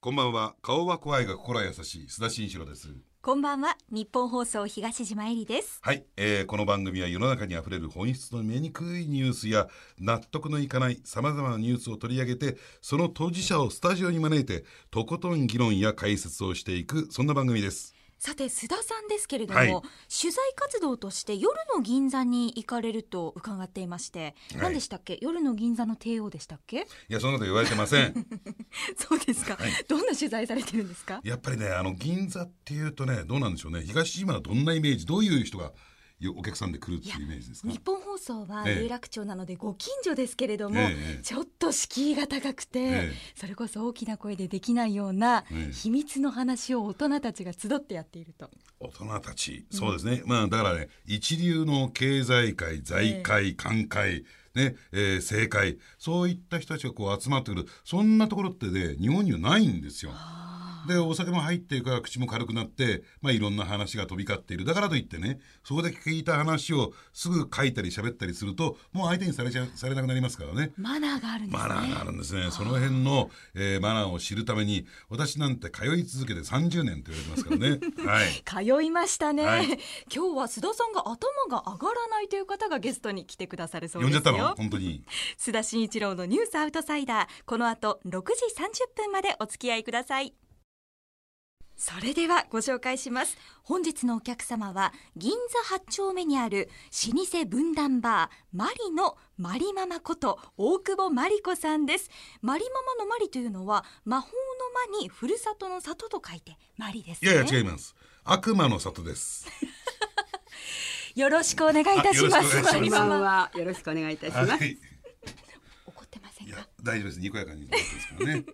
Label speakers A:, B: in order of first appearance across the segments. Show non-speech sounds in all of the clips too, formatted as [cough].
A: こんばんは顔は怖いが心は優しい須田慎一郎です
B: こんばんは日本放送東島えりです
A: はい、えーこの番組は世の中にあふれる本質の見えにくいニュースや納得のいかないさまざまなニュースを取り上げてその当事者をスタジオに招いてとことん議論や解説をしていくそんな番組です
B: さて須田さんですけれども、
A: はい
B: 取材活動として夜の銀座に行かれると伺っていまして、
A: はい
B: 何でしたっけ夜の銀座の帝王でしたっけ
A: いやそんなこと言われてません
B: [laughs]
A: [laughs]
B: そうですか、
A: はい
B: どんな取材されてるんですか
A: やっぱりねあの銀座っていうとねどうなんでしょうね東島はどんなイメージどういう人がよお客さんで来るっていうイメージですか
B: 日本放送は
A: ええ
B: 有楽町なのでご近所ですけれども、
A: ええ
B: ちょっと敷居が高くて、
A: ええ
B: それこそ大きな声でできないような
A: ええ
B: 秘密の話を大人たちが集ってやっていると、
A: 大人たち、そうですね、まあだからね一流の経済界財界官界、ねえー政界そういった人たちがこう集まってくるそんなところってね日本にはないんですよ。でお酒も入ってるから口も軽くなって、まあ、いろんな話が飛び交っているだからといってねそこで聞いた話をすぐ書いたり喋ったりするともう相手にされちゃされなくなりますからね。
B: マナーがあるんですね
A: マナーがあるんですね。その辺の、えーマナーを知るために、私なんて通い続けて30年って言われてますからね。 [laughs] はい。
B: 通いましたね、
A: はい
B: 今日は須田さんが頭が上がらないという方がゲストに来てくださるそう
A: 呼んじ
B: で
A: ゃっ
B: す
A: たの
B: よ
A: 本当に。
B: 須田慎一郎のニュースアウトサイダーこの後6時30分までお付き合いくださいそれではご紹介します本日のお客様は銀座8丁目にある老舗分断バーマリのマリママこと大久保マリ子さんですマリママのマリというのは魔法の魔にふるさとの里と書いてマリです
A: い
B: ね
A: やいや違います。悪魔の里です。
B: よろしくお願いいたしま
A: あよろしく
B: す。
A: お願いします
B: マ
A: こ
B: リ
A: ん
B: マ
C: こんば
B: マ
C: んは。よろしくお願いいたします。
A: い。
B: 怒ってません
A: い
B: か
A: や。大丈夫です。にこやかに。ですからね。
B: [laughs]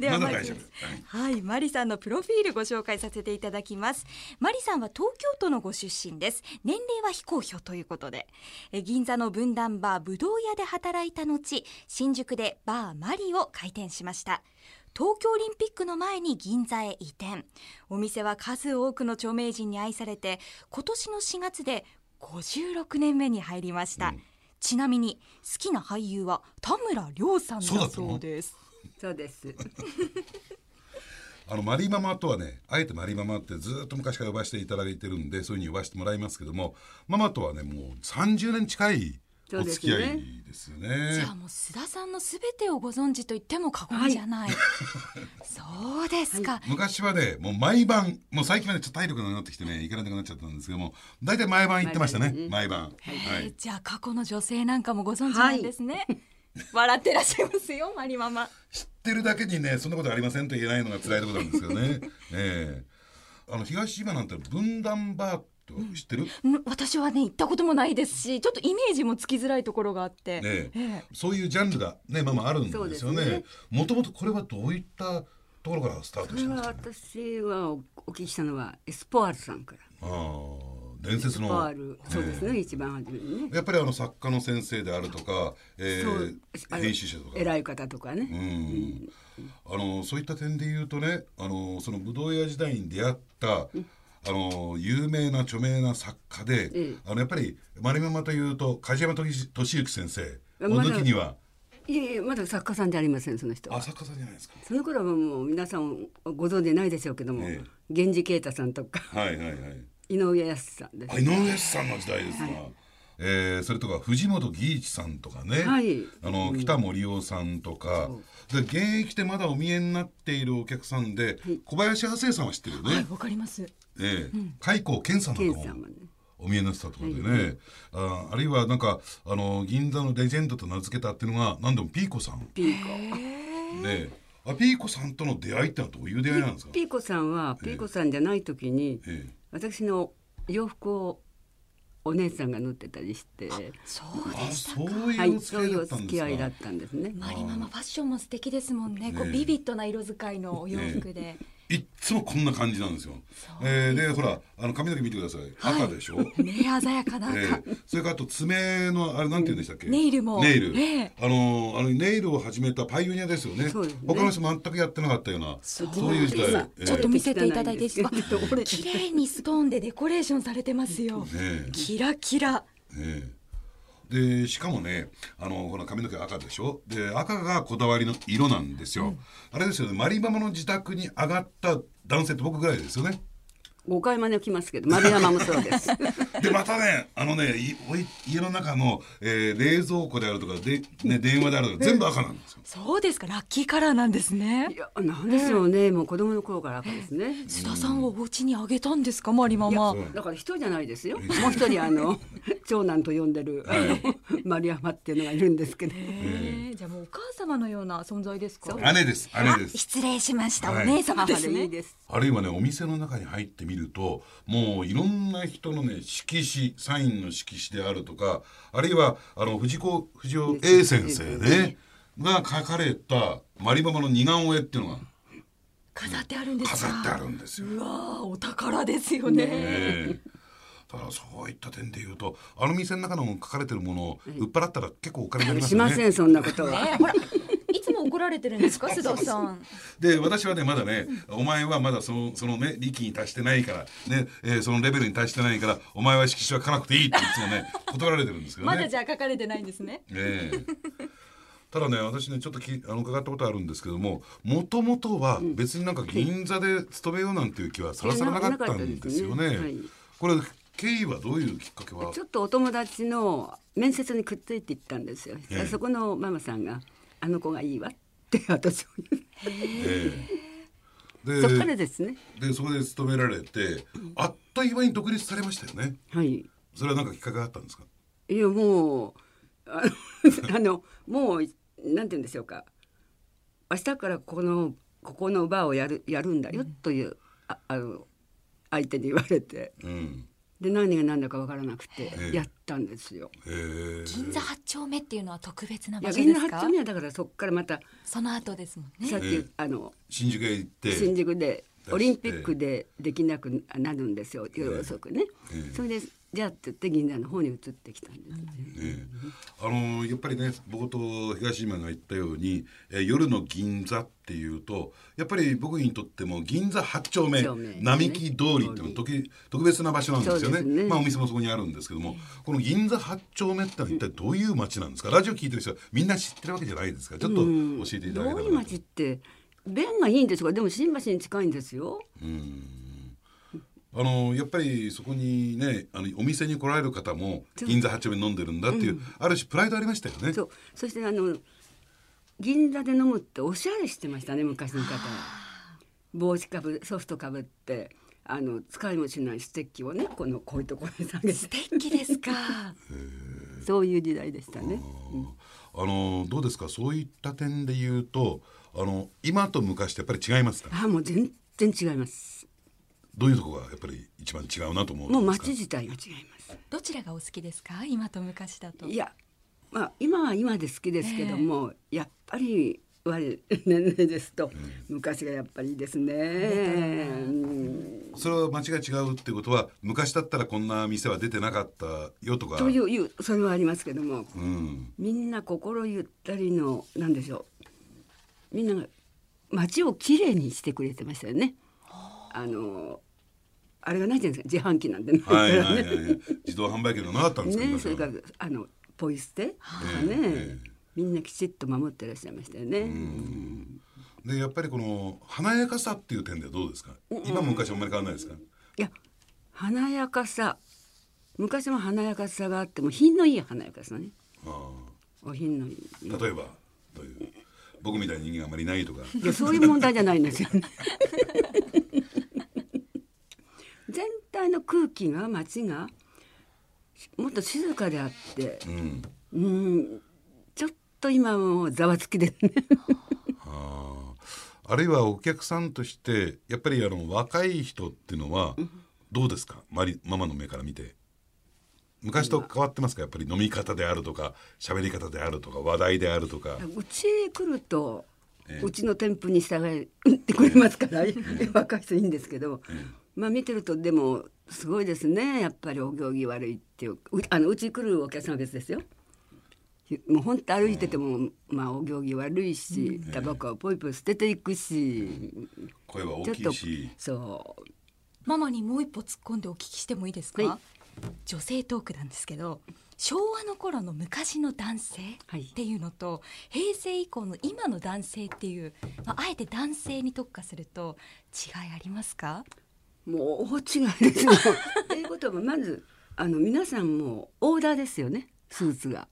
B: では
A: まだ
B: ま
A: 大丈
B: ず
A: 夫
B: で。はい、マリさんのプロフィールご紹介させていただきます。マリさんは東京都のご出身です。年齢は非公表ということで、え銀座の分断バーぶどう屋で働いた後、新宿でバーマリを開店しました。東京オリンピックの前に銀座へ移転。お店は数多くの著名人に愛されて、今年の4月で56年目に入りました。ちなみに好きな俳優は田村亮さんだ
A: そうだったの
B: そうです。
C: そうです。
A: あのマリママとはね、あえてマリママってずっと昔から呼ばせていただいてるんで、そういうふうに呼ばせてもらいますけども、ママとはね、もう30年近いお付き合いですよ
B: じ
A: ね
B: ゃあ。もう須田さんのすべてをご存知と言っても過言じゃない。そうですか。
A: 昔はね、もう毎晩、もう最近までちょっと体力がなくなってきてね、行かなくなっちゃったんですけども、大体毎晩行ってましたね、毎晩。は
B: えー
A: い。
B: じゃあ過去の女性なんかもご存知なんですね。笑ってらっしゃいますよ、マリママ。
A: 知ってるだけにねそんなことありませんと言えないのが辛いところなんですけど
C: [laughs]
A: ねええあの東島なんて分断バーって知ってる、
B: ん私はね行ったこともないですし、ちょっとイメージもつきづらいところがあって。
A: ええ
B: ええ
A: そういうジャンルがねまあまああるんですよ
C: そうです
A: ね
C: ね
A: もともとこれはどういったところからスタート
C: こ
A: し
C: れ
A: たんで
C: は
A: すかね
C: 私はおお聞きしたのはエスポワールさんか
A: あ
C: ら。
A: あ伝説
C: エスポ
A: の
C: ワール。そうですね。一番初めにね。
A: やっぱりあの作家の先生であるとか、ええ
C: そうあの
A: 編集者とか
C: 偉い方とかね。
A: うんあのそういった点で言うとねあのそのブドウ屋時代に出会った、あの有名な著名な作家で、
C: ええ
A: あのやっぱり丸山というと梶山俊俊之先生
C: ま
A: の
C: だ
A: 時には、
C: いえいえまだ作家さんじゃありませんその人は
A: あ。作家さんじゃないですか。
C: その頃はもう皆さんご存知ないでしょうけども、
A: ええ
C: 源氏啓太さんとか
A: はいはいはい。
C: 井上康さんです
A: あ。井上さんの時代ですか。えーそれとか藤本義一さんとかね、
C: はい
A: あの北森夫さんとか、で現役でまだお見えになっているお客さんで、小林亜生さんは知ってるよね。
B: はい、わかります。
A: ええ開口健さんなんか
C: 健さん
A: も
C: はね
A: お見えになってたところでね、ああるいはなんかあの銀座のレジェンドと名付けたっていうのが何でもピーコさん
C: ピーコ。
A: で、あピーコさんとの出会いってのはどういう出会いなんですか、
C: ピーコさんはピーコさんじゃない時に、
A: ええ
C: 私の洋服をお姉さんが縫ってたりして、
B: そう
A: あ
B: です。
A: そう
C: は
A: いうお
C: い、
A: 付
C: そう
A: き合い
C: い
A: だったんです
C: うお付き合いだっ
A: か
C: たんですね。
B: マリママファッションも素敵ですもんね。こう
A: ねえ
B: ビビッドな色使いのお洋服で。
A: いっつもこんな感じなんですよ、ええでほらあの髪の毛見てください、
B: はい
A: 赤でしょ、
B: ね鮮やかな赤。
A: ええそれからあと爪のあれなんて言うんでしたっけ、
B: ネイルも
A: ネイル、
B: ええ
A: あのあのネイルを始めたパイオニアですよね
C: そうですね
A: 他の人全くやってなかったようなそういう時代、ええ
B: ちょっと見せていただいていいです [laughs] か
C: ちょっと折れ。て
B: 綺麗にストーンでデコレーションされてますよ
A: え。
B: キラキラ。
A: ええでしかもねあのほら髪の毛赤でしょで赤がこだわりの色なんですよ、あれですよねマリママの自宅に上がった男性って僕ぐらいですよね
C: 誤解招きますけど丸山もそうです [laughs]
A: でまたねあのねいおい家の中の、えー冷蔵庫であるとかで、ね、電話であるとか全部赤なんですよ
B: そうですかラッキーカラーなんです
C: い
B: ね
C: やなんでしょうねもう子供の頃から赤ですね
B: 須田さんをお家にあげたんですかマリママ
A: いや
C: だから一人じゃないですよもう一人あの [laughs] 長男と呼んでるあの丸山っていうのがいるんですけど
B: へえじゃあもうお母様のような存在ですか
A: 姉です姉です
B: 失礼しました、
A: はい
B: お姉様
C: 母
B: で
C: ですい
B: ね
C: いです
A: あるいはねお店の中に入ってみるともういろんな人のね色紙サインの色紙であるとかあるいはあの藤子不二雄 A 先生ねが書かれた「マリママの似顔絵」っていうのが
B: 飾ってあるんですか
A: 飾ってあるんですよ。
B: うわーお宝ですよね
A: ええだからそういった点で言うとあの店の中の書かれてるものを売っ払ったら結構お金になります
C: し
A: よ
C: ま
A: ね。
C: せんそんなことは
B: ねほらいつも怒られて
A: [laughs]
B: るんですか須田さん
A: で私はねまだねお前はまだそのそのね力に達してないからね、えーそのレベルに達してないからお前は色紙は書かなくていいっていつもね断られてるんですけどね。
B: まだじゃあ書かれてないんですね
A: ええただね私ねちょっときあの伺ったことあるんですけどももともとは別になんか銀座で勤めようなんていう気はさらさらなかったんですよね。
C: いやななかったですねはい
A: これ経緯はどういうきっかけは
C: ちょっとお友達の面接にくっついていったんですよ、
A: ええ
C: そこのママさんが「あの子がいいわ」って私を言う
A: ええ
C: そこから
A: で
C: ですね
A: でそこで勤められてあっという間に独立されましたよね。
C: はい
A: それはなんかきっかけがあったんですか
C: いやもうあのあのもうなんて言うんでしょうか明日からこのここのバーをやるやるんだよという、ああの相手に言われて
A: うん。
C: で何が何だか分からなくて
A: ええ
C: やったんですよ。
A: へえ
B: 銀座八丁目っていうのは特別ない場
C: や
B: 所
C: み
B: で
C: んな
B: す
C: 八
B: か
C: 丁目はだからそこからまた
B: その後ですもんね [laughs]
C: さっき、
A: ええ
C: あの
A: 新宿へ行って
C: 新宿で
A: して
C: オリンピックでできなくなるんですよ夜遅くね、
A: ええ
C: それでじゃあって言って銀座の方に移ってきたんです、
A: ねあのーやっぱりね冒頭東今が言ったように、えー夜の銀座っていうとやっぱり僕にとっても銀座八丁目
C: 八丁目
A: 並木通りっていうのは時特別な場所なんですよね
C: そうですね
A: まあ、お店もそこにあるんですけどもこの銀座八丁目ってのは一体どういう街なんですかラジオ聞いてる人はみんな知ってるわけじゃないですからちょっと教えていただけたらな
C: どう
A: と
C: いう街って便がいいんですかでも新橋に近いんですよ
A: あのやっぱりそこにねあのお店に来られる方も銀座八丁目に飲んでるんだっていう、ある種プライドありましたよね。
C: そうそしてあの銀座で飲むっておしゃれしてましたね昔の方は帽子かぶソフトかぶってあの使いもしないステッキをねこのこういうところに下げて
B: 素敵です
C: [laughs]
B: か
C: そういう時代でしたね
A: あのどうですかそういった点で言うとあの今と昔ってやっぱり違いますか
C: あもう全然違います
A: どういうとこがやっぱり一番違うなと思う
C: もうん
A: ですか
C: 街自体が違います
B: どちらがお好きですか今と昔だと
C: いや、まあ、今は今で好きですけども、やっぱり我年齢ですと昔がやっぱりいいですね、うん
A: それは街が違うってことは昔だったらこんな店は出てなかったよとか
C: といういうそれはありますけども
A: うん
C: みんな心ゆったりのなんでしょうみんなが街をきれいにしてくれてましたよね。あのあれがないじゃないですか自販機なんてないか
A: はい
C: ら
A: はいはい
C: ね。
A: はい自動販売機のなかったんですけど
C: ねそれからあのポイ捨てとかね、
A: ええ
C: みんなきちっと守ってらっしゃいましたよね。
A: でやっぱりこの華やかさっていう点ではどうですか今も昔あんまり変わらないですか
C: いや華やかさ昔も華やかさがあっても品のいい華やかさね
A: あ
C: お品のいい
A: あ例えばという僕みたいな人間があまりいないとか
C: いやそういう問題じゃないんですよね全体の空気が街がもっと静かであって
A: うん
C: うんちょっと今もうざわつきでね
A: あーあるいはお客さんとしてやっぱりあの若い人っていうのはどうですかマリママの目から見て昔と変わってますかやっぱり飲み方であるとか喋り方であるとか話題であるとか
C: うちへ来ると、
A: ええ
C: うちの店舗に従えってくれますから、 [laughs] 若い人いいんですけど、まあ見てるとでもすごいですねやっぱりお行儀悪いっていううあのうちに来るお客さんは別ですよ。もう本当歩いてても、まあお行儀悪いしタバコをポイポイ捨てていくし、
A: 声は大
C: ちょっ
A: き
C: と
A: いし
C: そう
B: ママにもう一歩突っ込んでお聞きしてもいいですか、
C: はい
B: 女性トークなんですけど昭和の頃の昔の男性
C: はい
B: っていうのと、平成以降の今の男性っていう、まあ、あえて男性に特化すると違いありますか
C: もう大違いで
A: [laughs]
C: すよ。ということはまずあの皆さんもうオーダーですよねスーツが。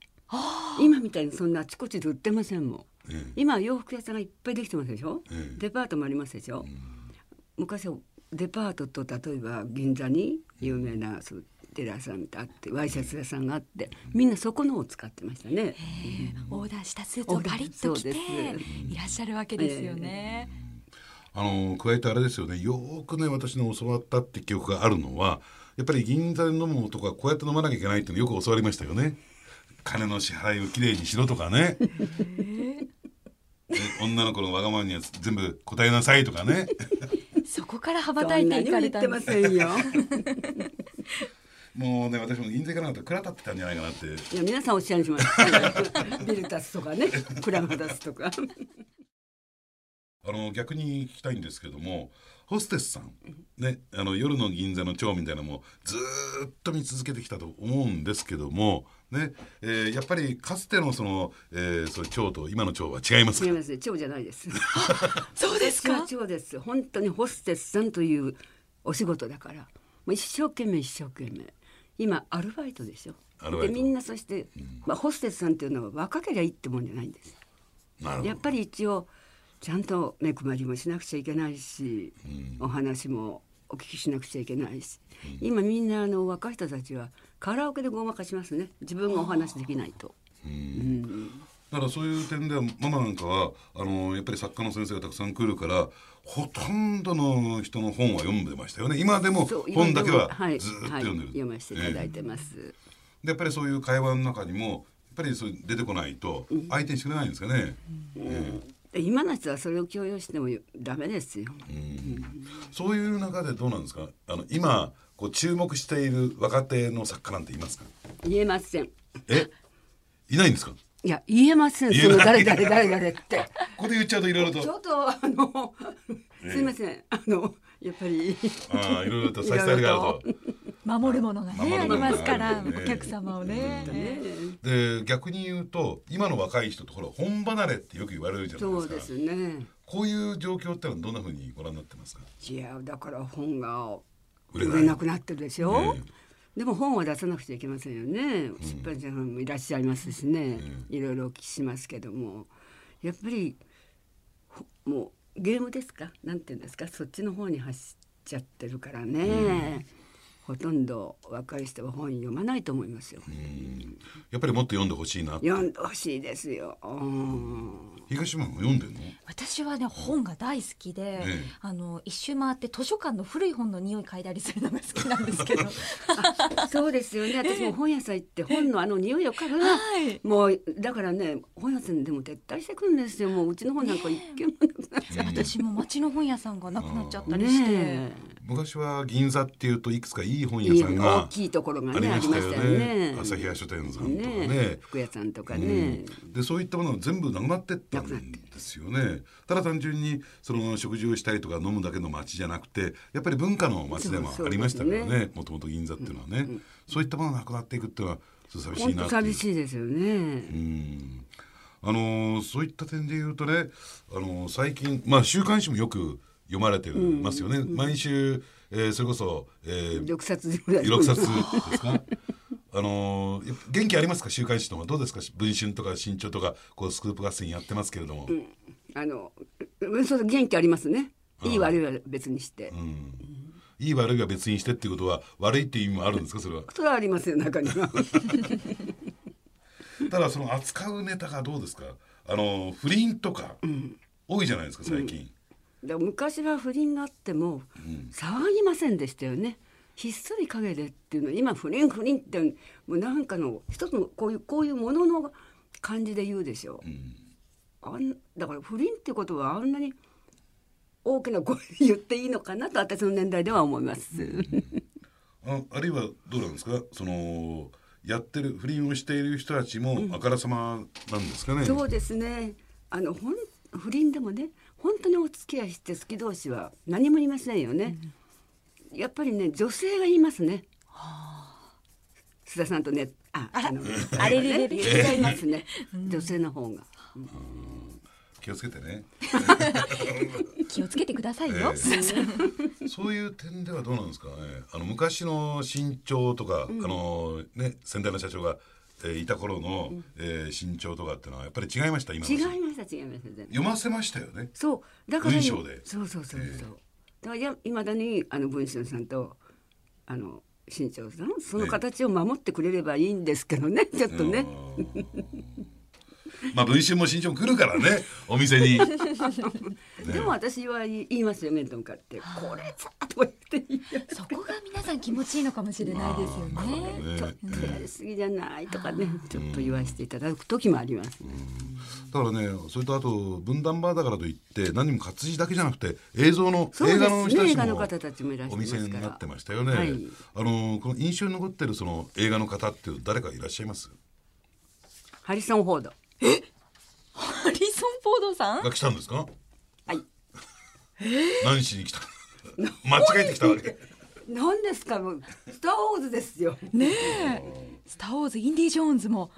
C: 今みたいにそんなあちこちで売ってませんもん。
A: ええ
C: 今は洋服屋さんがいっぱいできてますでしょ、
A: ええ
C: デパートもありますでしょ、昔はデパートと例えば銀座に有名なそうテレ屋さんってあってワイシャツ屋さんがあってみんなそこのを使ってましたね、
B: オーダーしたスーツをパリッと着て
C: オーダーそうで
B: いらっしゃるわけですよね。
A: あの加えてあれですよねよーくね私の教わったって記憶があるのはやっぱり銀座で飲む男はこうやって飲まなきゃいけないっていうのよく教わりましたよね金の支払いをきれいにしろとかねで女の子のわがままには全部答えなさいとかね
B: そこから羽ば
C: そ
B: た
C: ん
B: い
C: な
B: てい
C: に
B: か
C: は
B: れ
C: 言
B: た
C: って
B: ん
C: ま
B: です。
C: せんよ
A: もうね私も銀座行かなかったら蔵立ってたんじゃないかなって
C: いや皆さんおっしゃいします [laughs] ビルタスとかねクラマダスと
A: [laughs]
C: か
A: あの逆に聞きたいんですけどもホステスさん、ね、あの夜の銀座の蝶みたいなのもずーっと見続けてきたと思うんですけども、ねえーやっぱりかつてのその、えー、そういう蝶と今の蝶は違います
C: 違い
A: か
C: ますね蝶じゃないです
B: そうです
C: 蝶は
B: か。
C: 蝶です本当にホステスさんというお仕事だからもう一生懸命一生懸命今アルバイトでしょ
A: アルバイト
C: でみんなそして、まあ、ホステスさんっていうのは若けりゃいいってもんじゃないんです
A: なるほ
C: や
A: ど
C: っぱり一応ちゃんと目配りもしなくちゃいけないし、お話もお聞きしなくちゃいけないし、今みんなあの若い人たちはカラオケでごまかしますね自分がお話できないと。
A: だからそういう点ではママなんかはあのやっぱり作家の先生がたくさん来るからほとんどの人の本は読んでましたよね今でも
C: そう
A: 本だけは
C: 今でも
A: ずーっと読んでる、
C: はい読ませていただいてます。
A: でやっぱりそういう会話の中にもやっぱりそういう出てこないと相手にしてくれないんですかね、
C: で今の人はそれを強要してもダメですよ。
A: そういう中でどうなんですかあの今こう注目している若手の作家なんています
C: [laughs]
A: か
C: 言えません。
A: えいないんですか
C: いや言えません。
A: 言え
C: そ
A: ない
C: の誰誰誰
A: [laughs]
C: 誰って。
A: ここで言っちゃうといろいろ
C: ちょ
A: と
C: っとあ
A: [laughs]
C: のすいません。あのやっぱり
A: ああいろいろと差し
C: [laughs]
A: 障りがあると。
B: 守るものが
A: 守
B: ね
A: る
B: あ
A: も
B: り
A: のが
B: ますから、
A: ね
B: お客様をね。
C: ね
A: で逆に言うと今の若い人とほら本離れってよく言われるじゃないで
C: そ
A: す
C: う
A: か
C: ですね。
A: こういう状況ってのはどんなふうにご覧になってますか
C: いやだから本が
A: 売
C: 売
A: れ
C: れ
A: ない
C: なくなってるでしょ
A: え。
C: でも本は出さなくちゃいけませんよね。出版社さんもいらっしゃいますしね。いろいろお聞きしますけども、やっぱりほもうゲームですか。なんていうんですか。そっちの方に走っちゃってるからね。ほとんど若い人は本読まないと思いますよ。
A: やっぱりもっと読んでほしいなって
C: 読んでほしいですよ。うん
A: 東島も読んでんの
B: 私はね本が大好きで、
A: え
B: あの一周回って図書館の古い本の匂い嗅いだりするのが好きなんで
A: [laughs]
B: すけど
C: そうですよね。私も本屋さん行って本のあの匂いを嗅ぐな。
B: はい
C: もうだからね本屋さんでも撤退してくるんですよもううちの本なんか一軒もなくなっちゃっ
B: 私も町の本屋さんがなくなっちゃった
C: た
B: り
C: り
B: し、
C: してて、
A: 昔は銀座っていうといくつかいい本
C: いい
A: 屋さん
C: 大
A: が
C: きいところが
A: あり
C: ねあ
A: ま
C: り
A: した
C: ま
A: よ
C: したよ
A: ね
C: ね
A: 旭屋書店さんとか
C: ね
A: ね
C: 服屋さんとか
A: う
C: ね
A: ん、でそういったものは全部なくなってったん
C: なくなって
A: ですよねただ単純にその食事をしたりとか飲むだけの街じゃなくてやっぱり文化の街でも
C: そう
A: ありましたから
C: そうです
A: ねもともと銀座っていうのはね、そういったものがなくなっていくっていうのはちょっと寂しい
C: 本
A: なっ
C: 当
A: ていう
C: 寂しいですよね、
A: うんあのーそういった点で言うとね、あのー最近、まあ、週刊誌もよく読まれてますよね、毎週、えーそれこそ、えー
C: 六冊ぐらい
A: 六冊ですか。 [laughs] あのーやっぱ元気ありますか週刊誌の方はどうですか文春とか新潮とかこうスクープ合戦やってますけれども、
C: [laughs] あのうんそう元気ありますねいい悪いは別にして、
A: いい悪いは別にしてっていうことは悪いっていう意味もあるんですかそれは
C: それはありますよ中には
A: ただその扱うネタがどうですかあのー不倫とか多いじゃないですか最近、
C: でも昔は不倫があっても騒ぎませんでしたよね、ひっそり陰でっていうの今不倫不倫ってもうなんかの一つのこういうこういうものの感じで言うでしょ、あんだから不倫ってことはあんなに大きな声で言っていいのかなと私の年代では思います、
A: ああるいはどうなんですかそのやってる不倫をしている人たちもあからさまなんですかね、
C: そうですねあのほん不倫でもね本当にお付き合いして好き同士は何も言いませんよね、やっぱりね女性が言いますね須田さんとねああの
D: あれれれれ
C: 言っちゃいますね、女性の方が
A: 気をつけてね
D: 気をつけてくださいよ。
A: そういう点ではどうなんですかね。あの昔の身長とか、あのね先代の社長が、えーいた頃の、えー身長とかっていうのはやっぱり違いました今の
C: 違いました違いました全然
A: 読ませましたよね。
C: そうだから
A: 文章で
C: そうそうそうそう、だからやいまだにあの文春さんとあの新潮さんその形を守ってくれればいいんですけどねちょっとね、
A: まあ文春も身長も来るから
C: [laughs]
A: ねお店に。
C: でも私は言い言いますよ面と向かって「これさ」とか言って言いや
D: そこが皆さん気持ちいいのかもしれないですよね。
A: ね
C: ちょっとやりすぎじゃないとかねちょっと言わせていただく時もあります、
A: だからねそれとあと分断バーだからといって何も活字だけじゃなくて映像の、
C: そうで
A: 映
C: すね
A: 画の人たち
C: 映画の
A: も
C: 方たちもいらっしゃ
A: お
C: います
A: 店
C: から
A: になってましたよね、
C: はい
A: あのこの印象に残ってるその映画の方っていう誰かいらっしゃいます
C: ハリソン・フォード
D: ハリソンフォードさん。
A: が来たんですか
C: はい
A: 何しに
C: [laughs]
A: 来た間違えてきたわけ
C: 何ですかもう「スター・ウォーズ」ですよ
D: ねえ。スターウォーズ、インディジョーンズも。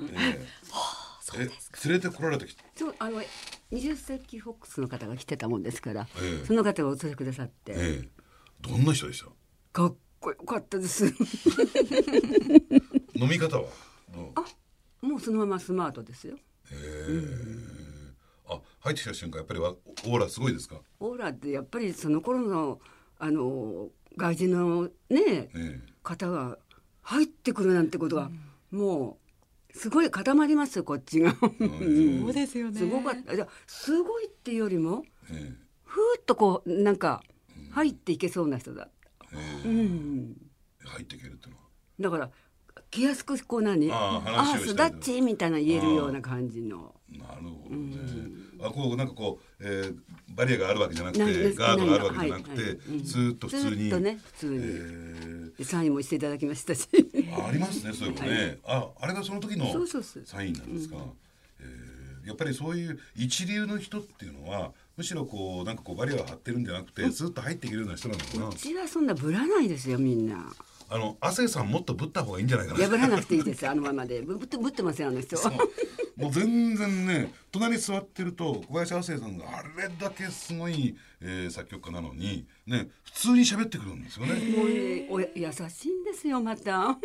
A: え連れてこられてきた
C: そうあの20世紀フォックスの方が来てたもんですから、
A: ええ
C: その方がお連れくださって、
A: ええどんな人でした
C: かっこよかったです [laughs]
A: 飲み方はどう
C: もうそのままスマートですよ
A: ええあ入ってきた瞬間やっぱりわオーラすごいですか
C: オーラってやっぱりその頃のあの外人のね
A: ええ
C: 方が入ってくるなんてことは、もうすごい固まりますよこっちが
D: そうですよね。
C: すごかったじゃすごいっていうよりも
A: え
C: ふーっとこうなんか入っていけそうな人だっ
A: え
C: た、
A: え
C: うん、
A: え入っていけるっていうのは
C: だから気安くこう何
A: ああ
C: あ
A: 話を
C: あ
A: したり
C: すだっちみたいな言えるような感じの
A: なるほどね。あこうなんかこう、えー、バリアがあるわけじゃなくて
C: ないです
A: ガードがあるわけじゃなく
C: ないない
A: て、
C: うん
A: ずーっと普通
C: ず
A: に。
C: っとね普通
A: え
C: に、
A: ー
C: でサインもしていただきましたし
A: あありますねそういうのね。ああれがその時の
C: そうそうそう
A: サインなんですか。えーやっぱりそういう一流の人っていうのはむしろこうなんかこうバリアを張ってるんじゃなくてずーっと入っていけるような人なのかな。
C: うちはそんなぶらないですよみんな
A: あの亜生さんもっとぶった方がいいんじゃないかな。
C: 破らなくていいですあのままでぶぶってぶってませんあの人は
A: もう全然ね隣に座ってると小林亜生さんがあれだけすごい、えー作曲家なのにね普通に喋ってくるんですよね。
C: もうねおや優しいんですよま
D: [laughs]
C: た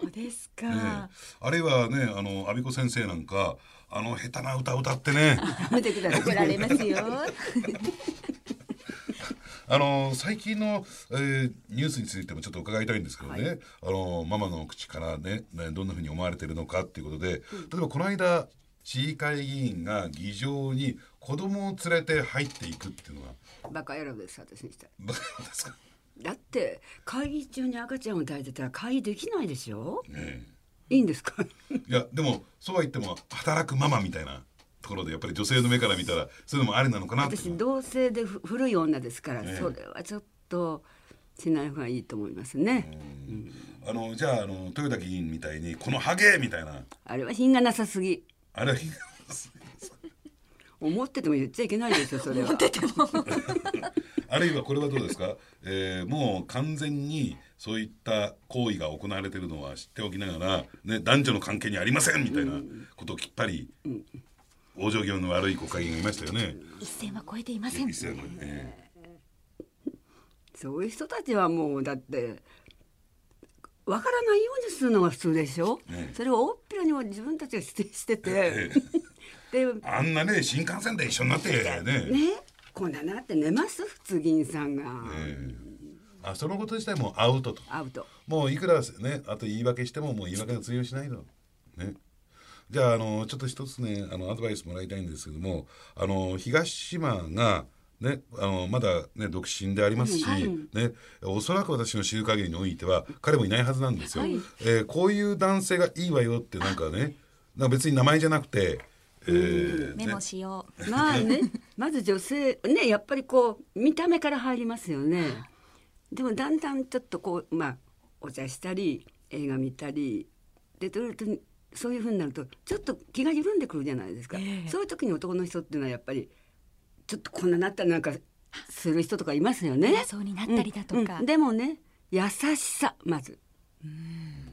D: そうです
A: ええ
D: か。
A: あるいはねあの阿ビ子先生なんかあの下手な歌歌ってね
C: やめてください
D: 怒られますよ。
A: あの最近の、えーニュースについてもちょっと伺いたいんですけどね、あのママの口からねねどんなふうに思われてるのかっていうことで、例えばこの間市議会議員が議場に子供を連れて入っていくっていうのが
C: バカ野郎です私にしたら
A: バカですか、
C: だって会議中に赤ちゃんを抱いてたら会議できないでしょ
A: ね
C: いいんですか
A: いやでもそうは言っても働くママみたいなところでやっぱり女性の目から見たらそういうのもありなのかなって
C: 私同性でふ古い女ですから、
A: ええ
C: それはちょっとしない方がいいと思いますね、
A: あのじゃああの豊田議員みたいにこのハゲみたいな
C: あれは品がなさすぎ
A: あれは
C: 思ってても言っちゃいけないですよそれは
A: あるいはこれはどうですか、 [laughs] えーもう完全にそういった行為が行われているのは知っておきながら、ね、男女の関係にありませんみたいなことをきっぱり、往生際の悪い国会議員がいましたよね。
D: 一線は超えていません。
A: 一斉のね
C: そういう人たちはもうだってわからないようにするのが普通でしょ、
A: ええ
C: それを大っぴらにも自分たちが指定してて、
A: え
C: で
A: あんなね新幹線で一緒になってね
C: ねこんななって寝ます普通議員さんが、
A: えーあそのこと自体もうアウトと
C: アウト
A: もういくらねあと言い訳してももう言い訳が通用しないのねじゃああのちょっと一つねあのアドバイスもらいたいんですけどもあの東島がね、あのまだ、ね、独身でありますし、ね、おそらく私の知る限りにおいては彼もいないはずなんですよ。えーこういう男性がいいわよってなんかねなんか別に名前じゃなくて、えー
B: メモしよう。
C: まあねまず女性ねやっぱりこう見た目から入りますよねでもだんだんちょっとこうまあお茶したり映画見たりでとりあえずそういうふうになるとちょっと気が緩んでくるじゃないですか、そういう時に男の人っていうのはやっぱりちょっとこんななったりなんかする人とかいますよね
D: 偉そうになったりだとか
C: うんうんでもね優しさまず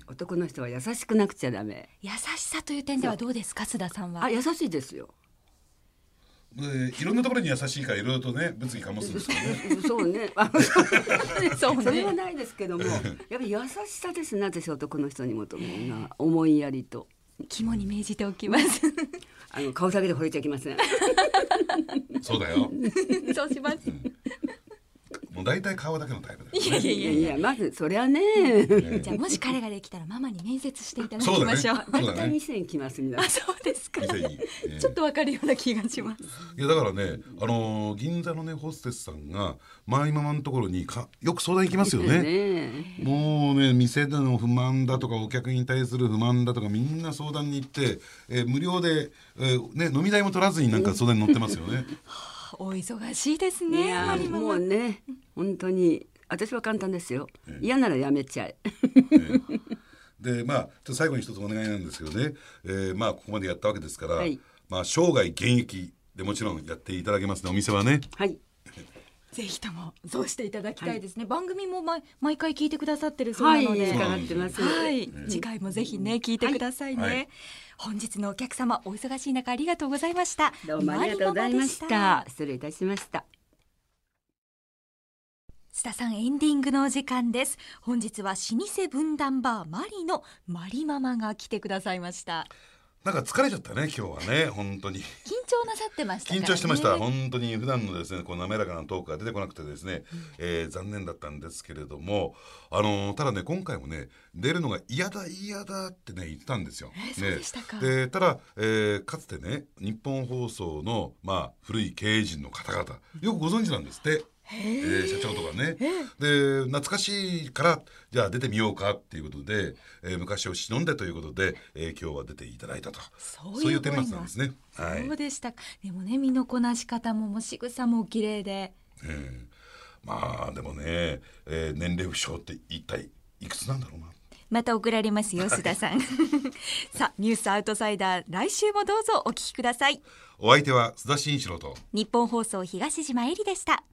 C: 男の人は優しくなくちゃダメ
B: 優しさという点ではどうですか須田さんは
C: あ優しいですよ
A: えーいろんなところに優しいからいろいろとね物議かもすんですけどね
C: そうね。あ
B: そうね
C: それはないですけども、やっぱり優しさですね。私男の人にもと思うな。思いやりと。
B: 肝に銘じておきます
C: あの顔だけで惚れちゃいけません。
A: そうだよ
B: そうします
A: もう大体顔だけのタイプだよ
B: いやいや
C: い
B: い
C: や
B: や
C: いや、まずそれはね、
B: じゃあもし彼ができたらママに面接していただ
A: そ
B: き
A: うだ
B: ま
A: ね
B: し
A: そ
B: ょう
A: うだ
C: 絶対
A: ね
C: に線来ますみた
B: [laughs]
C: い
B: あ
C: な。
B: そうですか
A: 店に、えー
B: ちょっとわかるような気がします
A: いやだからね、あのー銀座のねホステスさんがマイママのところにかよく相談行きますよね。
C: ね
A: もうね店での不満だとかお客に対する不満だとかみんな相談に行って、えー無料で、えーね、飲み代も取らずになんか相談に乗ってますよ [laughs] ね。
B: お忙しいです
C: え。い
B: ね
C: や
B: マリマ
C: も
B: マ
C: うね、本当に私は簡単ですよ。嫌ならやめちゃえ。
A: でまあちょっと最後に一つお願いなんですけどね、えーまあここまでやったわけですから、
C: はい
A: まあ生涯現役でもちろんやっていただけますねお店はね。
C: はい。
B: ぜひともそうしていただきたいですね、番組も毎毎回聞いてくださってるそう
C: は、
B: ないので、
C: 伺ってます。
B: はい、次回もぜひね、聞いてくださいね。
A: はいはい
B: 本日のお客様、お忙しい中、ありがとうございました。
C: どうもありがとうございまし
B: マリママ
C: た
B: で。
C: 失礼いたしました。
B: した。須田さん、エンディングのお時間です。本日は老舗分断バーマリのマリママが来てくださいました。
A: なんか疲れちゃったね今日はね本当に。
D: 緊張なさってましたから
A: 緊
D: ね
A: 張してました、本当に普段のですねこう滑らかなトークが出てこなくてですね、えー残念だったんですけれどもあのーただね今回もね出るのが嫌だ嫌だってね言ってたんですよ。
B: えーそうでしたか
A: ねでただ、えーかつてね日本放送の、まあ、古い経営陣の方々よくご存知なんですって。えー社長とかね、で懐かしいからじゃあ出てみようかっていうことで、えー昔を忍んでということで、えー今日は出ていただいたと
B: そういう
A: 顛末なんですね。はい
B: そうでしたか。でもね、身のこなし方も、もう仕草もお綺麗で。
A: ええまあでもね、えー年齢不詳って一体いくつなんだろうな。
B: また送られますよ、須田さん。 [laughs] さあ、ニュースアウトサイダー、来週もどうぞお聞きください。
A: お相手は須田慎一郎と
B: 日本放送東島えりでした。